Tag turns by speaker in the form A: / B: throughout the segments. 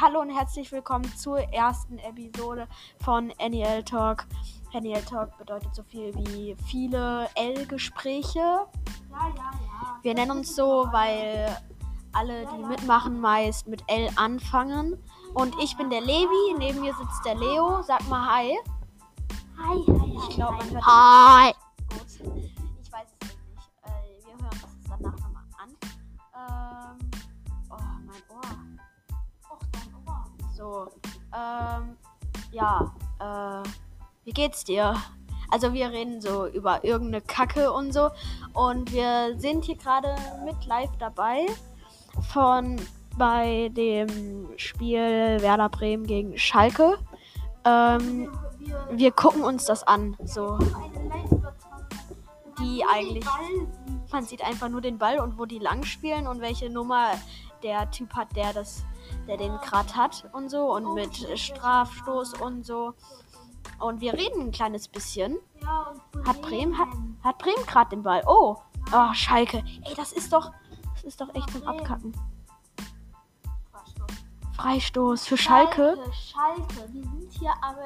A: Hallo und herzlich willkommen zur ersten Episode von NEL Talk. NEL Talk bedeutet so viel wie viele L-Gespräche.
B: Ja, ja, ja.
A: Wir nennen uns so, weil alle, die mitmachen, meist mit L anfangen. Und ich bin der Levi, neben mir sitzt der Leo. Sag mal Hi.
B: Hi, hi, hi.
A: Ich glaube, man
B: hi.
A: hört
C: Hi.
A: Gut. Ich weiß es eben nicht. Äh, wir hören uns das danach nochmal an. Ähm, oh, mein Ohr.
B: Och, dein Ohr.
A: So. Ähm, ja. Äh, wie geht's dir? Also wir reden so über irgendeine Kacke und so. Und wir sind hier gerade mit live dabei von bei dem Spiel Werder Bremen gegen Schalke. Ähm,
B: Wir, wir
A: wir gucken uns das an. So.
B: eine Live-Übertragung.
A: Die
B: Man
A: eigentlich-
B: sieht den Ball nicht.
A: Man sieht einfach nur den Ball und wo die lang spielen und welche Nummer der Typ hat, der das, der den grad hat und so und mit Strafstoß und so. Und wir reden ein kleines bisschen.
B: Ja, und
A: Hat Bremen hat, hat Bremen gerade den Ball. Oh, oh Schalke. Ey, das ist doch, das ist doch echt zum Abkacken. Freistoß für Schalke.
B: Schalke. Schalke. Wir sind hier am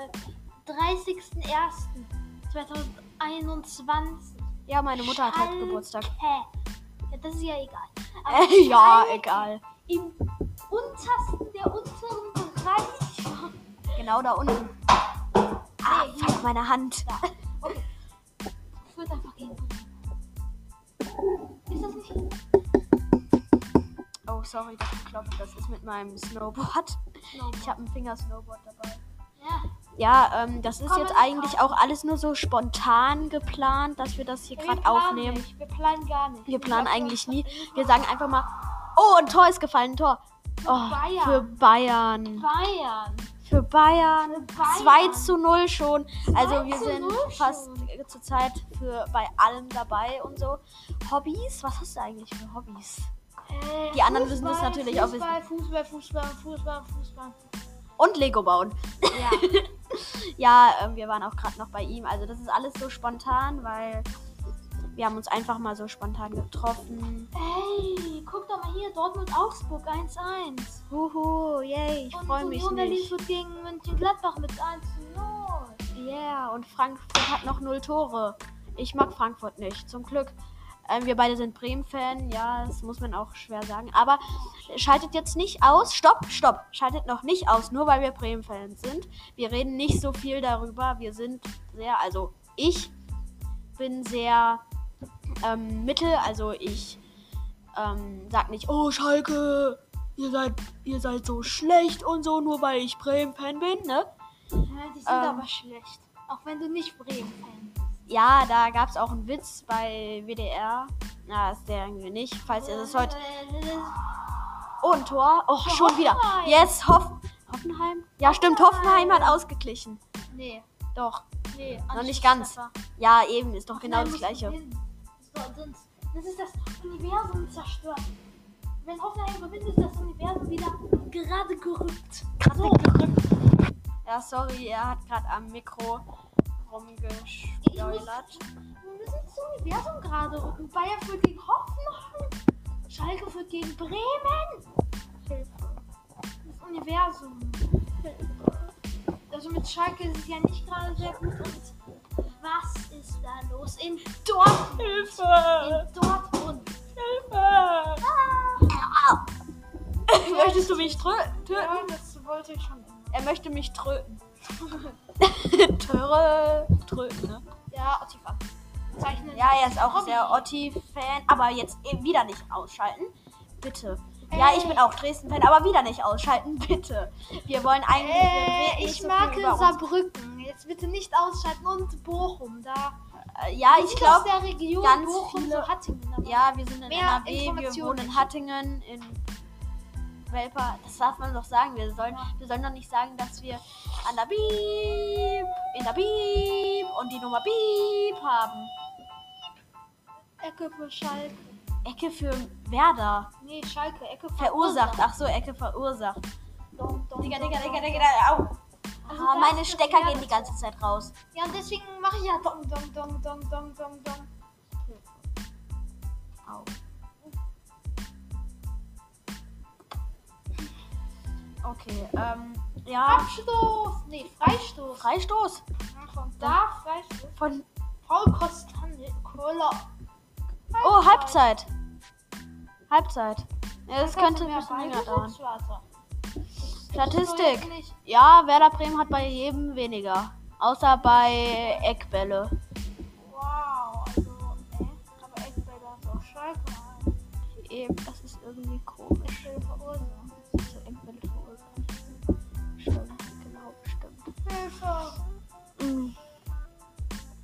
B: 30.01.2021.
A: Ja, meine Mutter hat heute
B: Schalke.
A: Geburtstag.
B: Hä? Ja, das ist ja egal. Aber
A: Äh, ja,
B: Schalke
A: egal.
B: Im untersten, der unteren Bereich.
A: Genau da unten. Ah, fuck, meine Hand.
B: Ich würde einfach gehen. Ist das nicht?
A: Oh, sorry, das geklopft. Das ist mit meinem Snowboard. Ich habe ein Fingersnowboard dabei.
B: Ja.
A: Ja, ähm, das ist
B: Komm,
A: jetzt
B: wir
A: eigentlich
B: machen.
A: auch alles nur so spontan geplant, dass wir das hier
B: Ja, wir
A: gerade
B: planen
A: aufnehmen.
B: Nicht. Wir planen gar nicht.
A: Wir planen eigentlich nie. Wir
B: sagen
A: sagen einfach mal, oh, ein Tor ist gefallen, ein Tor.
B: Für
A: Oh,
B: Bayern.
A: für Bayern.
B: Bayern.
A: Für Bayern.
B: Für Bayern.
A: 2 zu 0 schon. Also
B: 2
A: wir
B: zu
A: sind
B: 0 schon.
A: fast äh, zurzeit für bei allem dabei und so. Hobbys? Was hast du eigentlich für Hobbys?
B: Äh,
A: Die anderen müssen das natürlich auch
B: Fußball, Fußball, Fußball, Fußball, Fußball.
A: Und Lego bauen.
B: Ja.
A: Ja, ähm, wir waren auch gerade noch bei ihm. Also das ist alles so spontan, weil wir haben uns einfach mal so spontan getroffen.
B: Ey, guck doch mal hier, Dortmund-Augsburg 1-1.
A: Huhu, yay, ich
B: Und
A: freue mich
B: Union Berlin
A: nicht.
B: führt gegen Mönchengladbach mit 1-0.
A: Yeah, und Frankfurt hat noch null Tore. Ich mag Frankfurt nicht, zum Glück. Ähm, wir beide sind Bremen-Fan, ja, das muss man auch schwer sagen. Aber schaltet jetzt nicht aus. Stopp, stopp. Schaltet noch nicht aus, nur weil wir Bremen-Fans sind. Wir reden nicht so viel darüber. Wir sind sehr, also ich bin sehr ähm, mittel. Also ich ähm, sag nicht, oh Schalke, ihr seid, ihr seid so schlecht und so, nur weil ich Bremen-Fan bin, ne?
B: Ja, die sind
A: Ähm.
B: aber schlecht. Auch wenn du nicht Bremen-Fan bist.
A: Ja, da gab es auch einen Witz bei WDR. Na, ist der irgendwie nicht. Falls ihr das heute.
B: Äh,
A: Oh, ein Tor. Oh, schon wieder.
B: Hoffenheim.
A: Yes, Hoff Hoffenheim? Ja, stimmt. Hoffenheim hat ausgeglichen.
B: Nee,
A: Doch.
B: nee.
A: Noch nicht ganz.
B: Anschluss besser.
A: Ja, eben. Ist doch genau
B: Nein,
A: das
B: muss
A: Gleiche.
B: gewinnen. So, sonst- Das ist das Universum zerstört. Wenn Hoffenheim gewinnt, ist das Universum wieder gerade gerückt.
A: Gerade
B: So.
A: gerückt. Ja, sorry. Er hat gerade am Mikro
B: Ich muss,
A: rumgeschleudert.
B: wir müssen das Universum gerade rücken. Bayern führt gegen Hoffenheim. Schalke führt gegen Bremen. Das Universum. Also mit Schalke ist es ja nicht gerade sehr gut. Und was ist da los in Dortmund?
A: Hilfe!
B: In Dortmund. Ah!
A: Hilfe! Möchtest du mich trö- töten?
B: Ja, das wollte ich schon immer.
A: Er möchte mich tröten. Töre, tröten, ne?
B: Ja, Otifa. Zeichnen.
A: Ja, er ist auch
B: Hobby.
A: sehr Otti-Fan, aber jetzt eh wieder nicht ausschalten. Bitte. Ja, ich bin auch Dresden-Fan, aber wieder nicht ausschalten, bitte. Wir wollen eigentlich. wir reden
B: Äh,
A: nicht
B: ich
A: so viel
B: mag
A: über uns.
B: Saarbrücken. Jetzt bitte nicht ausschalten und Bochum. Da
A: Äh, Ja,
B: Wir
A: ich
B: sind aus
A: glaube.
B: der Region
A: ganz
B: Bochum
A: viele-
B: so Hattingen. aber-
A: Ja, wir sind in
B: Mehr
A: NRW, wir
B: Informationen
A: wohnen in
B: nicht.
A: Hattingen, in Welper. Das darf man doch sagen. Wir sollen, wir sollen doch nicht sagen, dass wir an der Beep, in der Beep und die Nummer Beep haben.
B: Ecke für Schalke.
A: Ecke für Werder.
B: Nee, Schalke, Ecke für
A: Verursacht. Ach so, Ecke verursacht.
B: Dom, dom,
A: Digga,
B: dom,
A: Digga, Digga,
B: dom, dom.
A: Digga, Digga, au.
B: Also
A: Ah,
B: da
A: meine
B: ist das
A: Stecker
B: Werder.
A: gehen die ganze Zeit raus.
B: Ja, und deswegen mache ich ja dong, dong, dong, dong, dong, dong, dong.
A: Okay, ähm, ja.
B: Abstoß! Nee, Freistoß.
A: Freistoß
B: Ja, komm, da Freistoß.
A: von.
B: Paul Kostande. Koller.
A: Oh, Halbzeit. Halbzeit. Ja, das
B: Halbzeit
A: könnte
B: sind
A: ein
B: wir
A: bisschen
B: beide
A: länger dauern.
B: Glückswasser.
A: Statistik.
B: So jetzt nicht.
A: Ja, Werder Bremen hat bei jedem weniger. Außer bei Eckbälle.
B: Wow, also, ne? Aber Eckbälle hat auch Schalke. ein.
A: Eben, das ist irgendwie komisch.
B: Eckbälle
A: So
B: verursachen.
A: Also Eckbälle verursacht. Stimmt, genau, stimmt.
B: Hilfe.
A: Mm.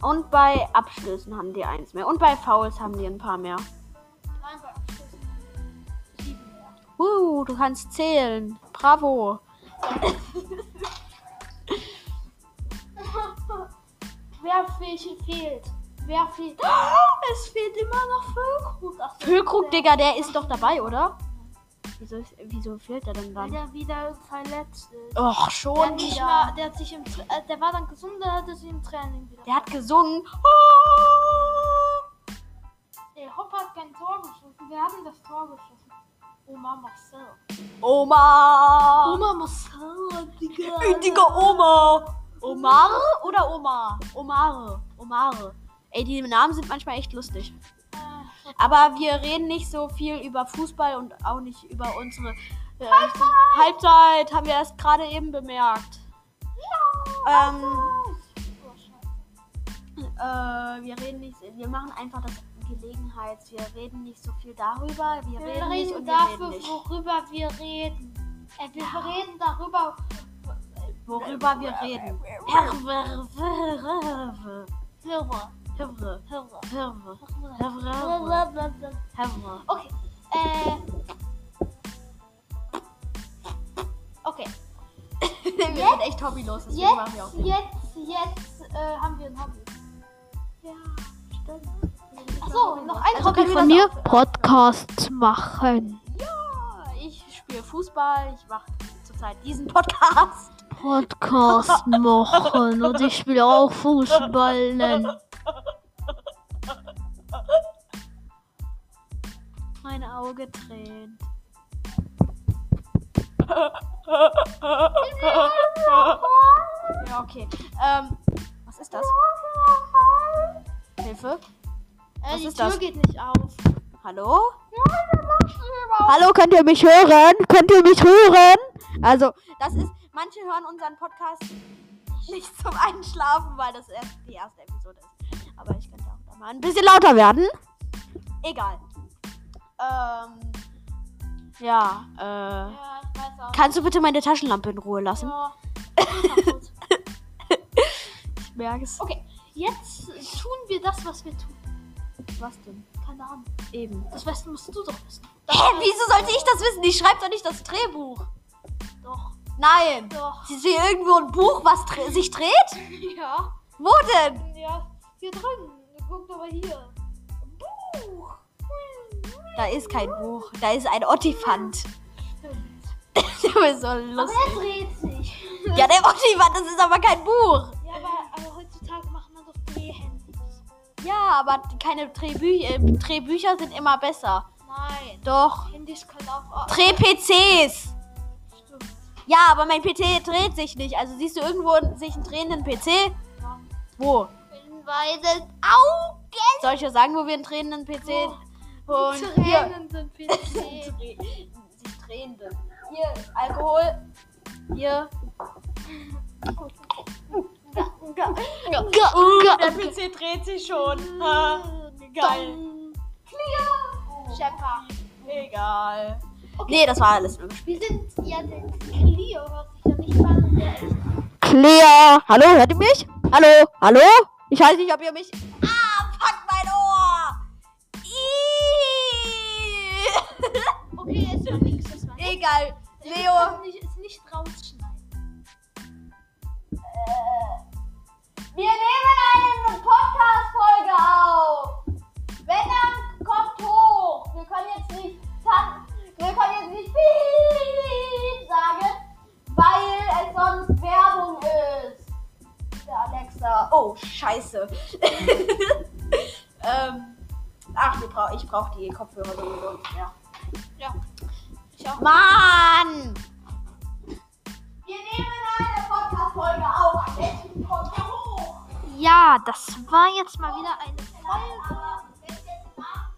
A: Und bei Abstößen haben die eins mehr. Und bei Fouls haben die ein paar mehr.
B: Nein, bei Abschlüssen. Sieben mehr.
A: Uh, du kannst zählen. Bravo.
B: Wer fehlt, fehlt? Wer fehlt? Oh, es fehlt immer noch Füllkrug. Ach, so,
A: Füllkrug,
B: der-
A: Digga, der ist doch dabei, oder? Wieso, ist- wieso fehlt er denn
B: Weil
A: dann?
B: der wieder verletzt ist.
A: Och,
B: Der hat
A: schon
B: nicht
A: wieder.
B: mal, der hat sich im, Tra- äh, der war dann gesund, der hatte sich im Training wieder.
A: Der hat gesungen. Oh.
B: Ey, Hopp hat kein Tor geschossen. Wir haben das Tor geschossen. Oma Marcel.
A: Oma.
B: Oma Marcel, Digga.
A: Digga, Oma. Omar oder Omar? Omare. Omare. Ey, die Namen sind manchmal echt lustig.
B: Äh,
A: Aber wir reden nicht so viel über Fußball und auch nicht über unsere äh, Halbzeit, haben wir erst gerade eben bemerkt. Ja, ähm,
B: oh,
A: äh,
B: Scheiße.
A: wir reden nicht, wir machen einfach das Gelegenheits, wir reden nicht so viel darüber, wir,
B: Wir
A: reden, nicht
B: reden
A: und wir
B: dafür,
A: reden nicht.
B: worüber wir reden. Äh, wir reden darüber,
A: Worüber wir reden. Herr
B: Hörer.
A: Hirre,
B: Hörer.
A: Hirre, Hirre,
B: Blablabla.
A: Hirre.
B: Okay. Äh. Okay.
A: Wir sind echt hobbylos, deswegen machen wir auch
B: Jetzt,
A: nicht.
B: jetzt, jetzt äh, haben wir ein Hobby. Ja, stimmt. Achso, noch ein
A: Also
B: Hobby
A: können wir
B: von
A: das
B: mir.
A: auch-
C: Podcasts machen.
A: Ja, ich spiele Fußball, ich mache zurzeit diesen Podcast.
C: Podcast machen. Und ich will auch Fußballen.
A: Mein Auge tränt. ja, okay. Ähm, was ist das? Hilfe?
B: Äh,
A: Was
B: die
A: ist
B: Tür
A: das?
B: geht nicht auf.
A: Hallo?
B: Nein,
A: Hallo, könnt ihr mich hören? Könnt ihr mich hören? Also, das ist, manche hören unseren Podcast nicht zum Einschlafen, weil das erst die erste Episode ist. Aber ich könnte auch da mal ein bisschen lauter werden. Egal. Ähm, ja, äh.
B: Ja, ich weiß auch.
A: Kannst du bitte meine Taschenlampe in Ruhe lassen?
B: Ja. Kaputt.
A: Ich merke es.
B: Oh, Okay, jetzt tun wir das, was wir tun.
A: Was denn?
B: Keine Ahnung.
A: Eben.
B: Das weißt, musst du doch wissen.
A: Hä, wieso sollte ich das wissen? Ich schreibe doch nicht das Drehbuch.
B: Doch,
A: Nein.
B: doch.
A: Sie sehen irgendwo ein Buch, was dre- sich dreht?
B: Ja.
A: Wo denn?
B: Ja, hier drin. Guck doch mal hier. Buch.
A: Da ist kein Buch. Da ist ein Ottifant.
B: Stimmt.
A: Der ist so
B: Aber
A: lustig.
B: er dreht sich.
A: Ja, der Ottifant, das ist aber kein Buch.
B: Ja, aber, aber heutzutage macht man doch Drehhandys.
A: Ja, aber keine Drehbü äh, Drehbücher sind immer besser.
B: Nein.
A: Doch.
B: Handys können auch. Ah,
A: Dreh-PCs.
B: Stimmt.
A: Ja, aber mein PC dreht sich nicht. Also siehst du irgendwo einen- sich einen drehenden PC?
B: Ja.
A: Wo?
B: In weißen Augen.
A: Soll ich ja sagen, wo wir einen drehenden PC und
B: Die
A: hier
B: Tränen sind PC.
A: sich drehende. Hier ist Alkohol. Hier. Ja. Uh, der PC dreht sich schon. Ha, Geil.
B: Clear. Schepper.
A: Egal. Nee, das war alles nur gespielt.
B: Wir sind ja den Cleo, was ich ja nicht fand. Der ist
A: Claire. Hallo, hört ihr mich? Hallo? Hallo? Ich weiß nicht, ob ihr mich. Ah, fuck mein Ohr! Ih.
B: Okay, jetzt wird nichts, das war nichts.
A: Egal.
B: Wir
A: Leo,
B: können nicht- Es nicht rausschneiden.
A: wir nehmen eine Podcast-Folge auf. Wenn dann kommt hoch. Wir können jetzt nicht tan wir können jetzt nicht piep sagen, weil es sonst Werbung ist. Der Alexa. Oh, scheiße. ähm, ach, wir brauch, ich brauche die Kopfhörer sowieso nicht mehr.
B: Ja. Ich auch.
A: Mann!
B: Wir nehmen eine Podcast-Folge auf. Am besten kommt ihr hoch.
C: Ja, das war jetzt mal wieder eine Folge.
B: Aber wenn es jetzt macht,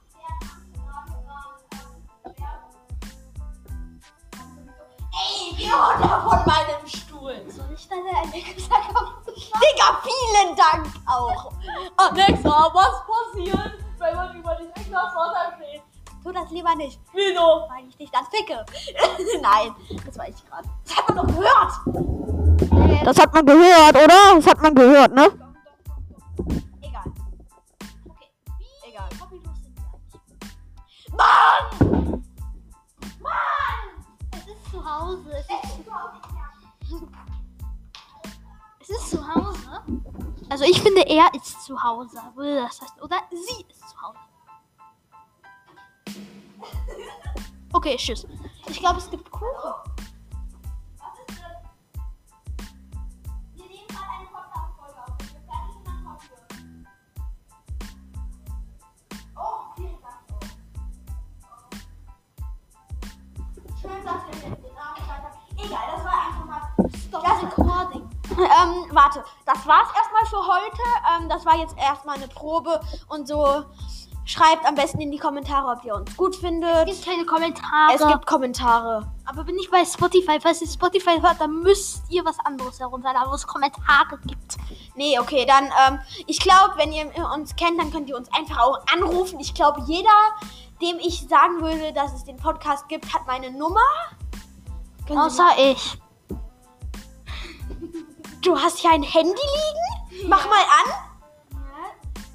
B: Ey, geh runter von meinem Stuhl. Soll ich deine Alexa kaputt machen?
A: Digga, vielen Dank auch. Alexa, Oh, was passiert, wenn man über den Englas Wasser steht? Tu das lieber nicht. Wieso? Weil ich dich dann ficke. Nein, das war ich gerade. Das hat man doch gehört. Das hat man gehört, oder? Das hat man gehört, ne? Egal.
B: Okay,
A: Egal.
B: wie hobbylos sind wir eigentlich?
A: Mann!
B: Es ist zu Hause. Es ist zu Hause.
C: Es ist zu Hause. Also ich finde, er ist zu Hause. Würde das heißt, oder sie ist zu Hause. Okay, tschüss.
A: Ich glaube, es gibt Kuchen.
B: Was ist das? Wir nehmen gerade eine Podcast-Folge auf. Wenn wir fertig sind, dann kommt ihr. Oh, vielen Dank. Oh. Schön, dass wir jetzt den Namen gesagt haben. Egal, das war einfach mal. Stop das Recording.
A: Ähm, warte, das war's erstmal für heute. Ähm, das war jetzt erstmal eine Probe und so. Schreibt am besten in die Kommentare, ob ihr uns gut findet.
C: Es gibt keine Kommentare.
A: Es gibt Kommentare.
C: aber wenn ich bei Spotify, falls ihr Spotify hört, dann müsst ihr was anderes herunterladen, wo es Kommentare gibt.
A: Nee, okay, dann, ähm, ich glaube, wenn ihr uns kennt, dann könnt ihr uns einfach auch anrufen. Ich glaube, jeder, dem ich sagen würde, dass es den Podcast gibt, hat meine Nummer. Können Sie-
C: Außer ich.
A: du hast hier ein Handy liegen? Mach mal an,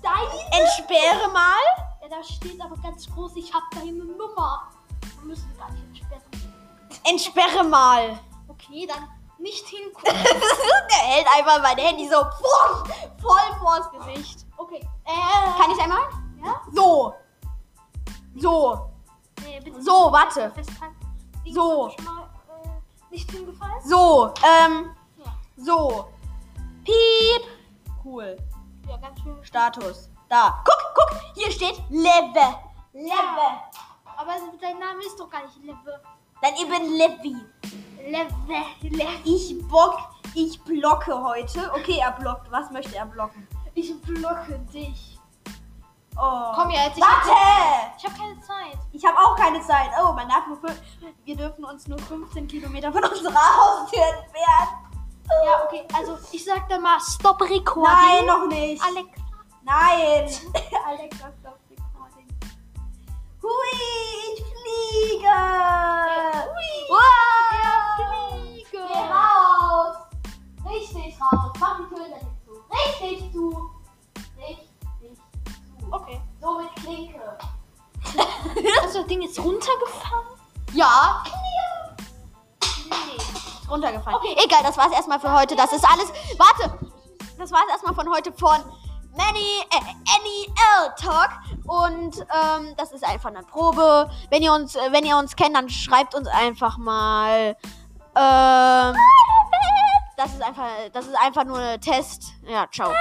B: Ja,
A: entsperre mal.
B: ja, da steht aber ganz groß, ich hab deine Nummer. Wir müssen gar nicht entsperren.
A: Entsperre mal.
B: Okay, dann nicht hingucken.
A: Der hält einfach mein Handy so pfusch, voll vors Gesicht.
B: Okay. Äh,
A: Kann ich einmal?
B: Ja?
A: So. So.
B: Nee, bitte
A: So, warte.
B: Festhalten. Die
A: So.
B: ist schon mal, äh, Nicht hingefallen?
A: So. Ähm.
B: Ja.
A: So. Piep. Cool.
B: Ja, ganz schön.
A: Status. Da. Guck, guck. Hier steht Leve. Leve.
B: Ja. Aber dein Name ist doch gar nicht Leve.
A: Dann eben Levi.
B: Leve, Leve.
A: Ich bock. Ich blocke heute. Okay, er blockt. Was möchte er blocken?
B: Ich blocke dich.
A: Oh.
B: Komm ja, jetzt. Ich
A: Warte!
B: Ich habe keine Zeit.
A: Ich habe auch keine Zeit. Oh, man darf nur fünf. Wir dürfen uns nur 15 Kilometer von unserer Haustür entfernen.
B: Ja, okay. Also, ich sag dann mal Stop Recording.
A: Nein, noch nicht.
B: Alex.
A: Nein.
B: Alexa, Stop Recording.
A: Hui, ich fliege. Hui.
B: Er fliege. Geh raus. Richtig raus. Mach die Tür dahin zu. Richtig zu. Richtig zu. Okay. So mit Klinke.
C: Also das Ding ist runtergefallen.
A: Ja,
B: Nee.
A: ist runtergefallen.
B: Okay.
A: Egal, das war's erstmal für heute. Das ist alles. Warte. Das war's erstmal von heute von Manny äh, NEL Talk und ähm, das ist einfach eine Probe. Wenn ihr uns äh, wenn ihr uns kennt, dann schreibt uns einfach mal ähm, das ist einfach das ist einfach nur ein Test. Ja, ciao.